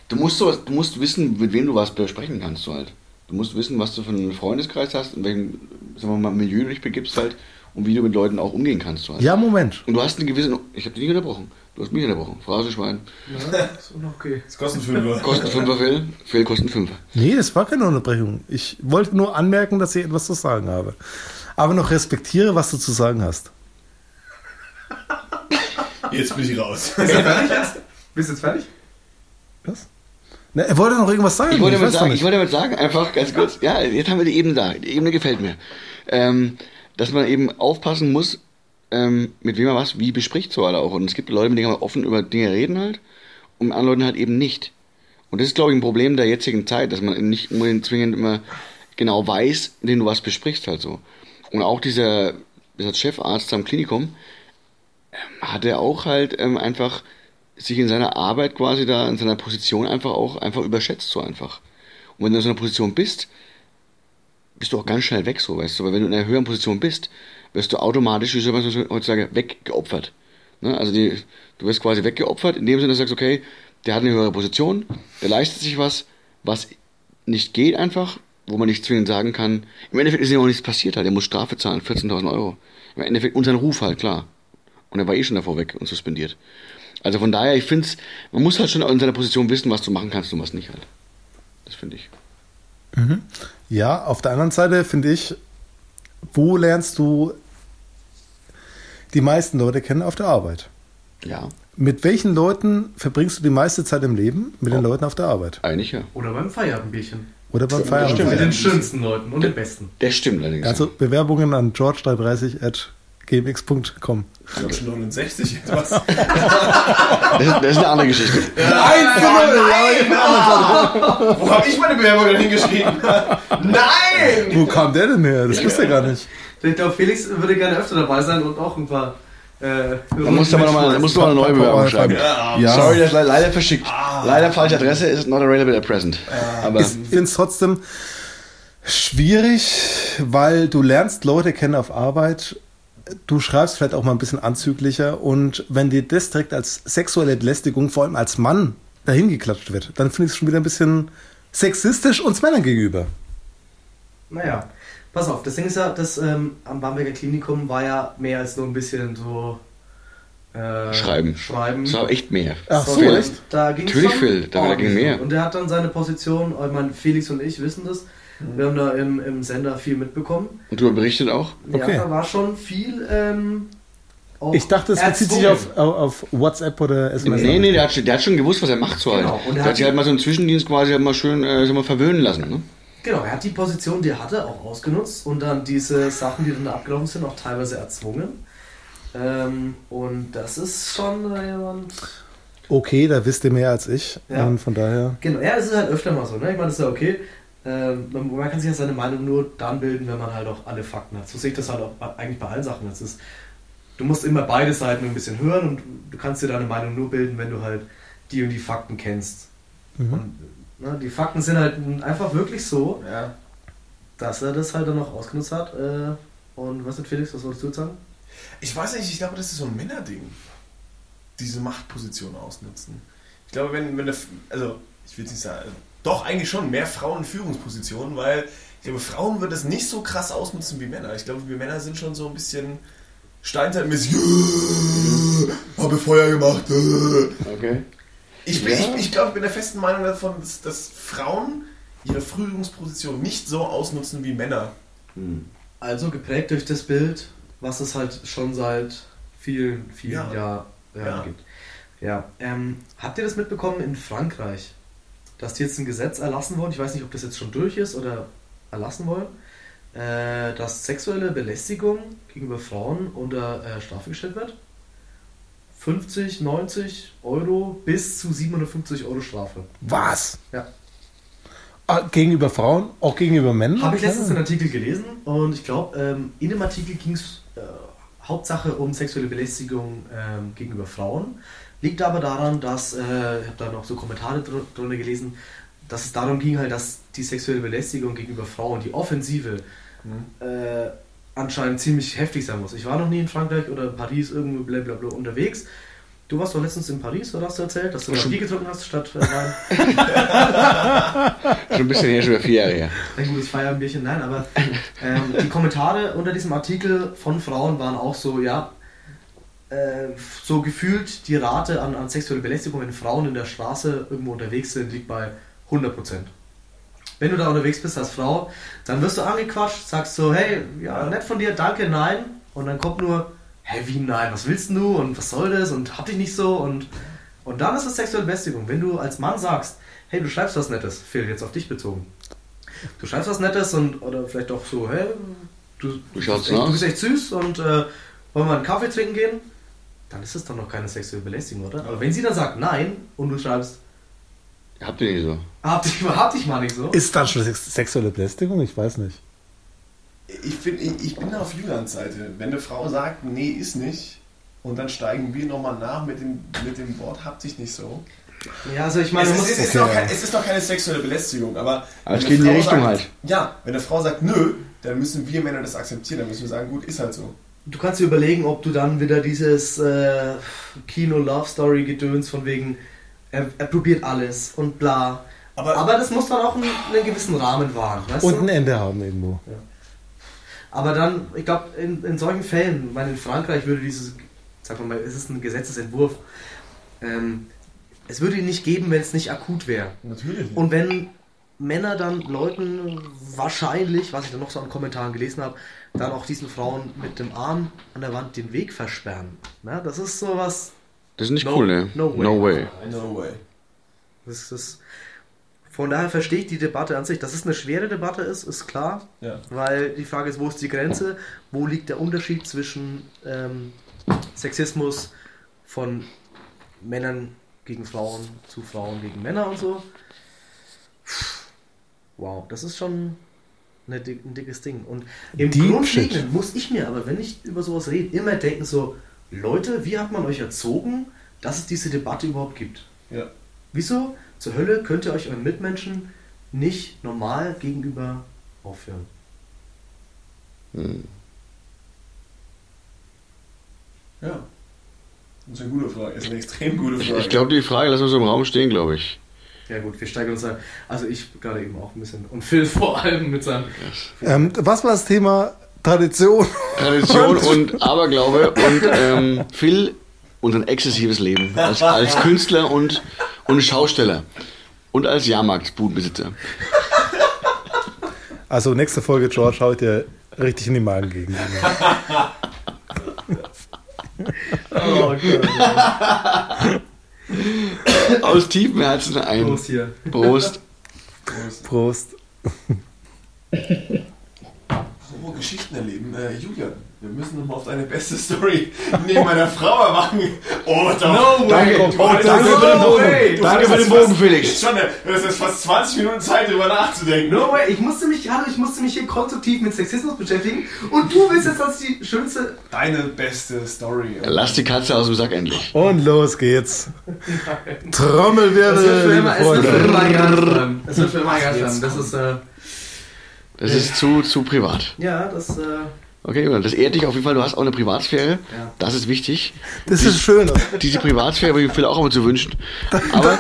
S1: Du musst, so, du musst wissen, mit wem du was besprechen kannst, so halt. Du musst wissen, was du für einen Freundeskreis hast, in welchem sagen wir mal, Milieu du dich begibst halt und wie du mit Leuten auch umgehen kannst, so halt.
S3: Ja, Moment.
S1: Und du hast eine gewisse. Ich habe dich nicht unterbrochen. Du hast mich unterbrochen. Phrase Schwein.
S2: Ja, Ne, ist auch okay.
S4: Das kostet fünf.
S1: Kosten Fünfer, Phil. Phil kosten Fünfer.
S3: Nee, das war keine Unterbrechung. Ich wollte nur anmerken, dass ich etwas zu sagen habe. Aber noch respektiere, was du zu sagen hast.
S4: Jetzt bin ich raus.
S2: Bist du jetzt fertig?
S3: Was? Na, er wollte noch irgendwas sagen.
S1: Ich wollte, damit
S3: weiß doch
S1: sagen,
S3: nicht.
S1: ich wollte damit sagen, einfach ganz kurz, ja, jetzt haben wir die Ebene da. Die Ebene gefällt mir. Ähm, dass man eben aufpassen muss, ähm, mit wem man was wie bespricht, so alle auch. Und es gibt Leute, mit denen kann man offen über Dinge reden halt und mit anderen Leuten halt eben nicht. Und das ist, glaube ich, ein Problem der jetzigen Zeit, dass man nicht unbedingt zwingend immer genau weiß, mit denen du was besprichst halt so. Und auch dieser, dieser Chefarzt am Klinikum, hat er auch halt ähm, einfach sich in seiner Arbeit quasi da, in seiner Position einfach auch einfach überschätzt, so einfach. Und wenn du in so einer Position bist, bist du auch ganz schnell weg, so, weißt du, weil wenn du in einer höheren Position bist, wirst du automatisch, wie soll man so heutzutage, weggeopfert. Ne? Also die, du wirst quasi weggeopfert, in dem Sinne, dass du sagst, okay, der hat eine höhere Position, der leistet sich was, was nicht geht einfach, wo man nicht zwingend sagen kann, im Endeffekt ist ihm auch nichts passiert halt, er muss Strafe zahlen, 14.000 Euro. Im Endeffekt unseren Ruf halt, klar. Und er war eh schon davor weg und suspendiert. Also von daher, ich finde es, man muss halt schon in seiner Position wissen, was du machen kannst und was nicht halt. Das finde ich.
S3: Ja, auf der anderen Seite finde ich, wo lernst du die meisten Leute kennen auf der Arbeit?
S1: Ja,
S3: Mit welchen Leuten verbringst du die meiste Zeit im Leben? Mit
S1: Oh.
S3: den Leuten auf der Arbeit
S1: eigentlich ja.
S2: Oder beim Feierabendbierchen.
S3: oder beim
S2: Mit den
S3: Feierabend.
S2: schönsten Leuten und den besten.
S1: Das stimmt allerdings.
S3: Also Bewerbungen an george330.gmx.com.
S4: Schon 69 etwas.
S1: das, ist, das ist eine andere Geschichte.
S4: Wo habe ich meine Bewerbung denn hingeschrieben? Nein!
S3: Wo kam der denn her? Das wisst ihr gar nicht.
S2: Ich glaube, Felix würde gerne öfter dabei sein und auch ein paar. Äh,
S1: Da musst du aber nochmal musst du mal eine neue Bewerbung schreiben.
S3: Ja.
S1: Sorry, das ist le- leider verschickt.
S2: Ah.
S1: Leider falsche Adresse, ist not available at present. Aber
S3: Ich
S2: äh,
S3: finde es trotzdem schwierig, weil du lernst Leute kennen auf Arbeit. Du schreibst vielleicht auch mal ein bisschen anzüglicher und wenn dir das direkt als sexuelle Belästigung, vor allem als Mann, dahin geklatscht wird, dann finde ich es schon wieder ein bisschen sexistisch uns Männern gegenüber.
S2: Naja, pass auf, das Ding ist ja, das ähm, am Bamberger Klinikum war ja mehr als nur ein bisschen so. Äh,
S1: schreiben.
S2: Schreiben.
S1: Das war echt mehr.
S3: Ach so,
S1: Phil,
S3: echt?
S2: Da ging's
S1: Natürlich,
S2: schon
S1: Phil, da
S2: ordentlich
S1: ging mehr.
S2: so. Und er hat dann seine Position, äh, ich meine, Felix und ich wissen das, wir haben da im, im Sender viel mitbekommen.
S1: Und du berichtet auch?
S3: Okay.
S2: Ja, da war schon viel. Ähm, auch
S3: Ich dachte, es bezieht sich
S2: erzwungen.
S3: auf, auf, auf WhatsApp oder SMS.
S1: Nee, nee, der hat, schon- der hat schon gewusst, was er macht so halt.
S2: Genau, und er
S1: Der
S2: hat-
S1: hat sich halt mal so einen Zwischendienst quasi halt mal schön äh, sag mal, verwöhnen lassen. Ne?
S2: Genau, er hat die Position, die er hatte, auch ausgenutzt und dann diese Sachen, die dann da abgelaufen sind, auch teilweise erzwungen. Ähm, und das ist schon äh, jemand.
S3: Okay, da wisst ihr mehr als ich.
S2: Ja.
S3: Und von daher.
S2: Genau, ja, es ist halt öfter mal so, ne? Ich meine, das ist ja okay. Ähm, man, man kann sich ja seine Meinung nur dann bilden, wenn man halt auch alle Fakten hat. So sehe ich das halt auch bei- eigentlich bei allen Sachen. Das ist, du musst immer beide Seiten ein bisschen hören und du kannst dir deine Meinung nur bilden, wenn du halt die und die Fakten kennst. Und, ne, die Fakten sind halt einfach wirklich so,
S4: Ja.
S2: dass er das halt dann noch ausgenutzt hat. Äh, und was ist Felix, was wolltest du jetzt sagen?
S4: Ich weiß nicht, ich glaube, das ist so ein Männerding. Diese Machtposition ausnutzen. Ich glaube, wenn, wenn eine, F- also, ich will nicht sagen, also, doch eigentlich schon mehr Frauen in Führungspositionen, weil ich glaube, Frauen würden das nicht so krass ausnutzen wie Männer. Ich glaube, wir Männer sind schon so ein bisschen steinzeitmäßig, "Yeah, habe Feuer gemacht. äh."
S1: Okay.
S4: Ich, bin,
S1: Ja.
S4: ich, ich glaube, ich bin der festen Meinung davon, dass, dass Frauen ihre Führungsposition nicht so ausnutzen wie Männer.
S1: Hm.
S2: Also geprägt durch das Bild, was es halt schon seit vielen, vielen
S4: Ja.
S2: Jahr- Jahren
S4: Ja.
S2: gibt. Ja. Ähm, habt ihr das mitbekommen in Frankreich, dass die jetzt ein Gesetz erlassen wollen? Ich weiß nicht, ob das jetzt schon durch ist oder erlassen wollen, äh, dass sexuelle Belästigung gegenüber Frauen unter äh, Strafe gestellt wird. 50, 90 Euro bis zu 750 Euro Strafe.
S3: Was?
S2: Ja.
S3: Ah, Gegenüber Frauen, auch gegenüber Männern?
S2: Habe ich letztens einen Artikel gelesen und ich glaube, ähm, in dem Artikel ging es äh, Hauptsache um sexuelle Belästigung ähm, gegenüber Frauen. Liegt aber daran, dass, äh, ich habe da noch so Kommentare dr drunter gelesen, dass es darum ging halt, dass die sexuelle Belästigung gegenüber Frauen, die Offensive, äh, anscheinend ziemlich heftig sein muss. Ich war noch nie in Frankreich oder in Paris irgendwo blablabla unterwegs. Du warst doch letztens in Paris, oder hast du erzählt, dass du noch Bier getrunken hast statt äh, Wein?
S1: Schon ein bisschen her, schon wieder vier Jahre her.
S2: Ein gutes Feierbierchen, nein, aber ähm, die Kommentare unter diesem Artikel von Frauen waren auch so, ja, äh, so gefühlt die Rate an, an sexuelle Belästigung, wenn Frauen in der Straße irgendwo unterwegs sind, liegt bei 100 Prozent. Wenn du da unterwegs bist als Frau, dann wirst du angequatscht, sagst so, hey, ja, nett von dir, danke, nein. Und dann kommt nur, hey, wie nein, was willst denn du und was soll das und hab dich nicht so und, und dann ist es sexuelle Belästigung. Wenn du als Mann sagst, hey, du schreibst was Nettes, Phil, jetzt auf dich bezogen. Du schreibst was Nettes und oder vielleicht auch so, hey, du, du,
S1: schaust
S2: bist, echt, du
S1: nach.
S2: bist echt süß und äh, wollen wir einen Kaffee trinken gehen? Dann ist es doch noch keine sexuelle Belästigung, oder? Aber wenn sie dann sagt nein und du schreibst,
S1: Habt ihr nicht so.
S2: hab dich, hab dich mal nicht so.
S3: Ist das schon sex sexuelle Belästigung? Ich weiß nicht.
S4: Ich, find, ich, ich bin da auf Julians Seite. Wenn eine Frau sagt, nee, ist nicht, und dann steigen wir nochmal nach mit dem, mit dem Wort, habt dich nicht so.
S2: Ja, also ich meine,
S4: Es
S2: du
S4: ist,
S2: musst-
S4: es, ist
S3: Okay.
S4: noch, kein- es ist noch keine sexuelle Belästigung, aber.
S1: Aber es
S4: wenn
S1: geht in
S4: eine
S1: die
S4: Frau
S1: Richtung
S4: sagt,
S1: halt.
S4: Ja, wenn eine Frau sagt, nö, dann müssen wir Männer das akzeptieren. Dann müssen wir sagen, gut, ist halt so.
S2: Du kannst dir überlegen, ob du dann wieder dieses äh, Kino-Love-Story-Gedöns von wegen, er, er probiert alles und bla.
S4: Aber-
S2: Aber, das muss dann auch einen, einen gewissen Rahmen wahren, weißt
S3: Und ne- ein
S2: du?
S3: Ende haben irgendwo.
S2: Aber dann, ich glaube, in, in solchen Fällen, ich meine, in Frankreich würde dieses, sagen wir mal, es ist ein Gesetzesentwurf, ähm, es würde ihn nicht geben, wenn es nicht akut wäre.
S4: Natürlich.
S2: Und wenn Männer dann Leuten wahrscheinlich, was ich dann noch so an Kommentaren gelesen habe, dann auch diesen Frauen mit dem Arm an der Wand den Weg versperren. Na, das ist sowas.
S1: Das ist nicht
S2: No-
S1: cool, ne?
S2: no way.
S1: No way.
S4: No way.
S2: Das ist, von daher verstehe ich die Debatte an sich. Dass es eine schwere Debatte ist, ist klar.
S4: Ja.
S2: Weil die Frage ist, wo ist die Grenze? Wo liegt der Unterschied zwischen ähm, Sexismus von Männern gegen Frauen zu Frauen gegen Männer und so? Wow, das ist schon eine, di- ein dickes Ding. Und im
S3: Deep
S2: Grundlegenden
S3: shit.
S2: muss ich mir aber, wenn ich über sowas rede, immer denken so, Leute, wie hat man euch erzogen, dass es diese Debatte überhaupt gibt?
S4: Ja.
S2: Wieso zur Hölle könnt ihr euch euren Mitmenschen nicht normal gegenüber aufführen?
S4: Ja. Das ist eine gute Frage. Das ist eine extrem gute
S1: Ich,
S4: Frage.
S1: ich glaube, die Frage lassen wir so im Raum stehen, glaube ich.
S2: Ja gut, wir steigern uns da. Also ich gerade eben auch ein bisschen. Und Phil vor allem mit seinem.
S3: Ähm, was war das Thema? Tradition.
S1: Tradition und Aberglaube und ähm, Phil und ein exzessives Leben als, als Künstler und, und Schausteller und als Jahrmarktbudenbesitzer.
S3: Also nächste Folge, George, hau ich dir richtig in die Magen gegen.
S2: Oh Gott,
S1: Aus tiefem Herzen ein
S2: los
S1: Prost.
S2: hier.
S4: Groß-
S3: Prost.
S4: Apropos Geschichten erleben. Äh, Julian, wir müssen nochmal auf deine beste Story neben meiner Frau erwachen. Oh, doch.
S2: No way.
S4: Danke,
S3: Oh,
S4: oh, das
S3: danke
S4: ist-
S3: für den
S4: no
S3: Bogen.
S4: way. Du
S1: Danke für
S4: hattest
S1: den
S4: fast-
S1: Bogen, Felix.
S4: Schon, eine- das ist fast 20 Minuten Zeit, drüber nachzudenken. ne?
S2: No way, ich musste mich, hallo, ich musste mich hier konstruktiv mit Sexismus beschäftigen. Und du willst jetzt, dass die schönste.
S4: Deine beste Story.
S1: Lass die Katze aus dem Sack endlich.
S3: Und los geht's.
S2: Es wird
S3: Trommelwirbel,
S2: für
S3: liebe
S2: immer, es wird für
S3: Freunde.
S2: immer ein Geheimnis bleiben. Es wird für immer ein Geheimnis
S4: Jetzt
S2: bleiben. Das ist, äh,
S1: Das ist zu, zu privat.
S2: ja, das, äh,
S1: Okay, Julian, das ehrt dich auf jeden Fall. Du hast auch eine Privatsphäre.
S2: Ja.
S1: Das ist wichtig.
S3: Das ist schön.
S1: Diese Privatsphäre würde ich Phil auch immer zu wünschen. Aber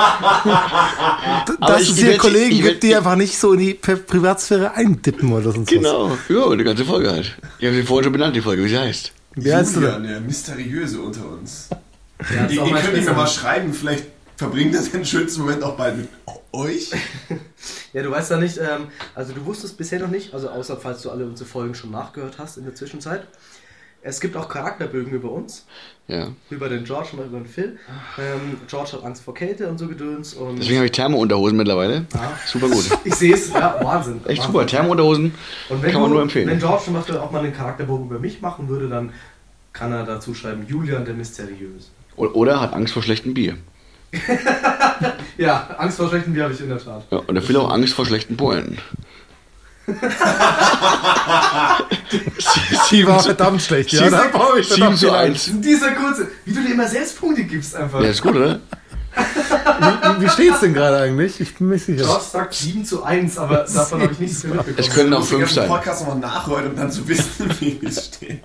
S1: Aber
S3: dass
S1: ich-
S3: es
S1: ich
S3: hier
S1: werd-
S3: Kollegen
S1: ich werd-
S3: gibt, die einfach nicht so in die Pri- Privatsphäre eindippen oder sonst
S1: genau, ja, eine ganze Folge halt. Ich habe sie vorhin schon benannt, die Folge, wie sie heißt.
S3: was. Wie heißt du
S4: Julian,
S3: denn?
S4: der Mysteriöse unter uns.
S2: ja, das ist
S4: ihr
S2: auch mein
S4: ihr könnt ihm ja
S2: Spitzname.
S4: mal schreiben, vielleicht verbringt er den schönsten Moment auch bald mit euch.
S2: Ja, du weißt ja nicht, ähm, also du wusstest bisher noch nicht, also außer falls du alle unsere Folgen schon nachgehört hast in der Zwischenzeit. Es gibt auch Charakterbögen über uns,
S1: Ja.
S2: über den George und über den Phil. Ähm, George hat Angst vor Kälte und so Gedöns und
S1: Deswegen habe ich Thermounterhosen mittlerweile.
S2: Ja.
S1: Super gut.
S2: ich sehe es, ja, Wahnsinn.
S1: Echt
S2: Wahnsinn.
S1: super, Thermounterhosen
S2: Und wenn
S1: kann man
S2: du,
S1: nur empfehlen.
S2: Wenn George zum Beispiel auch mal einen Charakterbogen über mich machen würde, dann kann er dazu schreiben, Julian der Mysteriöse.
S1: O- Oder hat Angst vor schlechtem Bier.
S2: Ja, Angst vor schlechten Bier habe ich in der Tat.
S1: Ja, und der Phil auch Angst vor schlechten Bäumen.
S3: Die war verdammt schlecht, ja.
S1: Sieben-
S3: Da brauche ich
S1: sieben
S3: verdammt
S1: zu
S3: viel ein.
S1: eins.
S2: Dieser kurze, wie du dir immer selbst Punkte gibst einfach.
S1: Ja, ist gut, oder?
S3: Wie, wie steht's denn gerade eigentlich? Ich bin mir nicht sicher.
S2: Josh sagt 7 zu 1, aber davon habe ich nichts mehr
S1: Es
S2: mitbekommen.
S1: können auch
S4: Muss den
S1: fünf
S4: ganzen
S1: sein.
S4: Podcast nochmal nachhören, um dann zu wissen, wie es steht.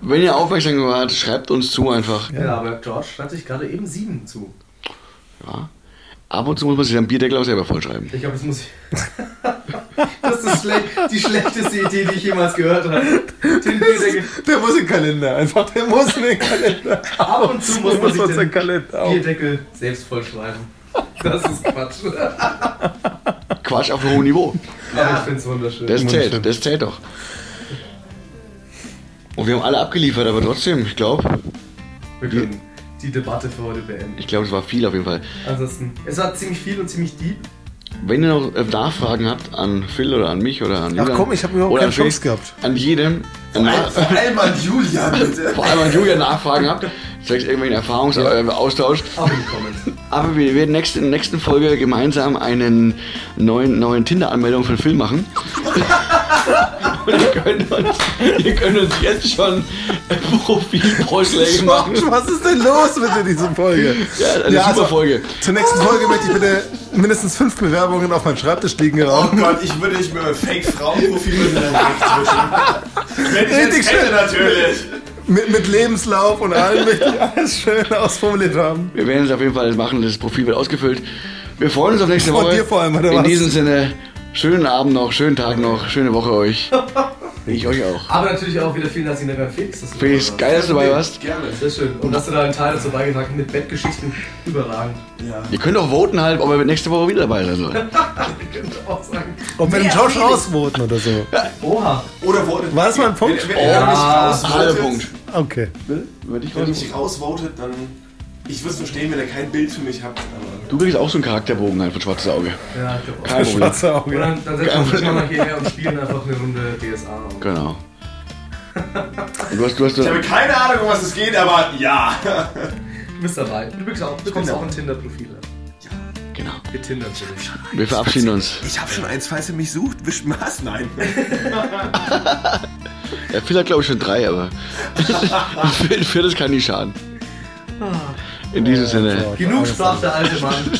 S1: Wenn ihr aufmerksam wart, schreibt uns zu einfach.
S2: Ja, aber George schreibt sich gerade eben 7 zu.
S1: Ja. Ab und zu muss man sich den Bierdeckel auch selber vollschreiben.
S2: Ich glaube, das muss ich. das ist schlecht, die schlechteste Idee, die ich jemals gehört habe. Den Bierdeckel.
S3: Der muss in den Kalender, einfach. Der muss in den Kalender.
S2: Ab und zu muss man sich
S3: seinen
S2: den
S3: Kalender auf.
S2: Bierdeckel selbst vollschreiben. Das ist Quatsch.
S1: Quatsch auf hohem Niveau.
S2: Aber ich finde es wunderschön.
S1: Das
S3: Wunderschön.
S1: zählt, das zählt doch. Und wir haben alle abgeliefert, aber trotzdem, ich glaube,
S2: Wir können die Debatte für heute beenden.
S1: ich glaube, es war viel auf jeden Fall.
S2: Ansonsten, es war ziemlich viel und ziemlich deep.
S1: Wenn ihr noch äh, Nachfragen habt an Phil oder an mich oder an
S3: Ach
S1: Julian,
S3: komm, ich hab überhaupt
S1: oder
S3: keine
S1: an Felix,
S3: Chance gehabt.
S1: An jedem, an Na-
S4: Vor allem an Julia, bitte.
S1: vor allem an Julian Nachfragen habt, zwecks irgendwelchen Erfahrungsaustausch.
S2: Auch in die Comments.
S1: äh, Aber wir werden nächst, in der nächsten Folge gemeinsam einen neuen, neuen Tinder-Anmeldung für den Film machen. Und ihr könnt, uns, ihr könnt uns jetzt schon Profilvorschläge machen.
S3: George, was ist denn los mit dir, diese Folge? also
S1: Ja, eine super Folge.
S3: Zur nächsten Folge möchte ich bitte mindestens fünf Bewerbungen auf meinem Schreibtisch liegen
S4: Oh
S3: haben.
S4: Gott, ich würde nicht mehr Fake-Frauenprofile in den Weg zwischen. Wenn ich
S3: Richtig
S4: jetzt hätte, natürlich.
S3: Mit, mit Lebenslauf und allem möchte ich alles schön ausformuliert haben.
S1: Wir werden es auf jeden Fall machen. Das Profil wird ausgefüllt. Wir freuen uns auf nächste
S3: Von
S1: Woche.
S3: dir vor allem, oder
S1: In
S3: was?
S1: diesem Sinne, schönen Abend noch, schönen Tag noch, schöne Woche euch. Ich euch auch.
S2: Aber natürlich auch wieder vielen Dank, Sina, beim Felix. dass du
S1: Felix,
S2: dabei warst.
S1: geil, dass du dabei warst.
S4: Gerne.
S2: Sehr schön. Und dass du da einen Teil dazu beigetragen hast mit Bettgeschichten. Überragend.
S4: Ja.
S1: Ihr könnt auch voten halt, ob er nächste Woche wieder dabei sein soll.
S2: Ich könnte auch sagen.
S3: Ob wir den
S2: Mehr
S3: Josh
S2: Felix.
S3: ausvoten oder so.
S2: Oha.
S4: Oder wurde.
S3: War das mal ein Punkt?
S4: Wenn, wenn er
S2: Ja.
S4: mich
S1: Halber
S4: rausvotet,
S1: Punkt.
S3: Okay.
S1: Würde ich
S4: wenn er mich rausvotet, dann. Ich würde es verstehen, wenn er kein Bild für mich hat. Aber
S1: Du kriegst auch so einen Charakterbogen halt von schwarzes Auge.
S2: Ja, ich glaube auch.
S1: Kein Problem.
S3: Schwarze
S2: Und
S3: Auge.
S2: dann, dann setzen wir uns mal hierher und spielen einfach eine Runde DSA. Und
S1: Genau. Und du hast, du hast,
S4: ich habe keine Ahnung, um was es geht, aber ja.
S2: Du bist dabei. Du bist auch, du kommst auch ein Tinder-Profil.
S1: genau.
S2: Wir tindern natürlich.
S1: Wir verabschieden uns.
S4: Ich habe schon eins, falls ihr mich sucht. Wisch was? Nein.
S1: Ja, Phil hat glaube ich schon drei, aber Phil, Phil das kann nicht schaden.
S4: Ah.
S1: In diesem Sinne,
S2: Genug sprach der alte Mann,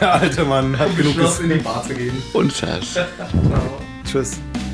S3: Der alte Mann hat genug
S2: beschloss
S3: gesagt.
S2: in die Bar zu gehen.
S1: uns das.
S2: Ciao.
S3: Tschüss.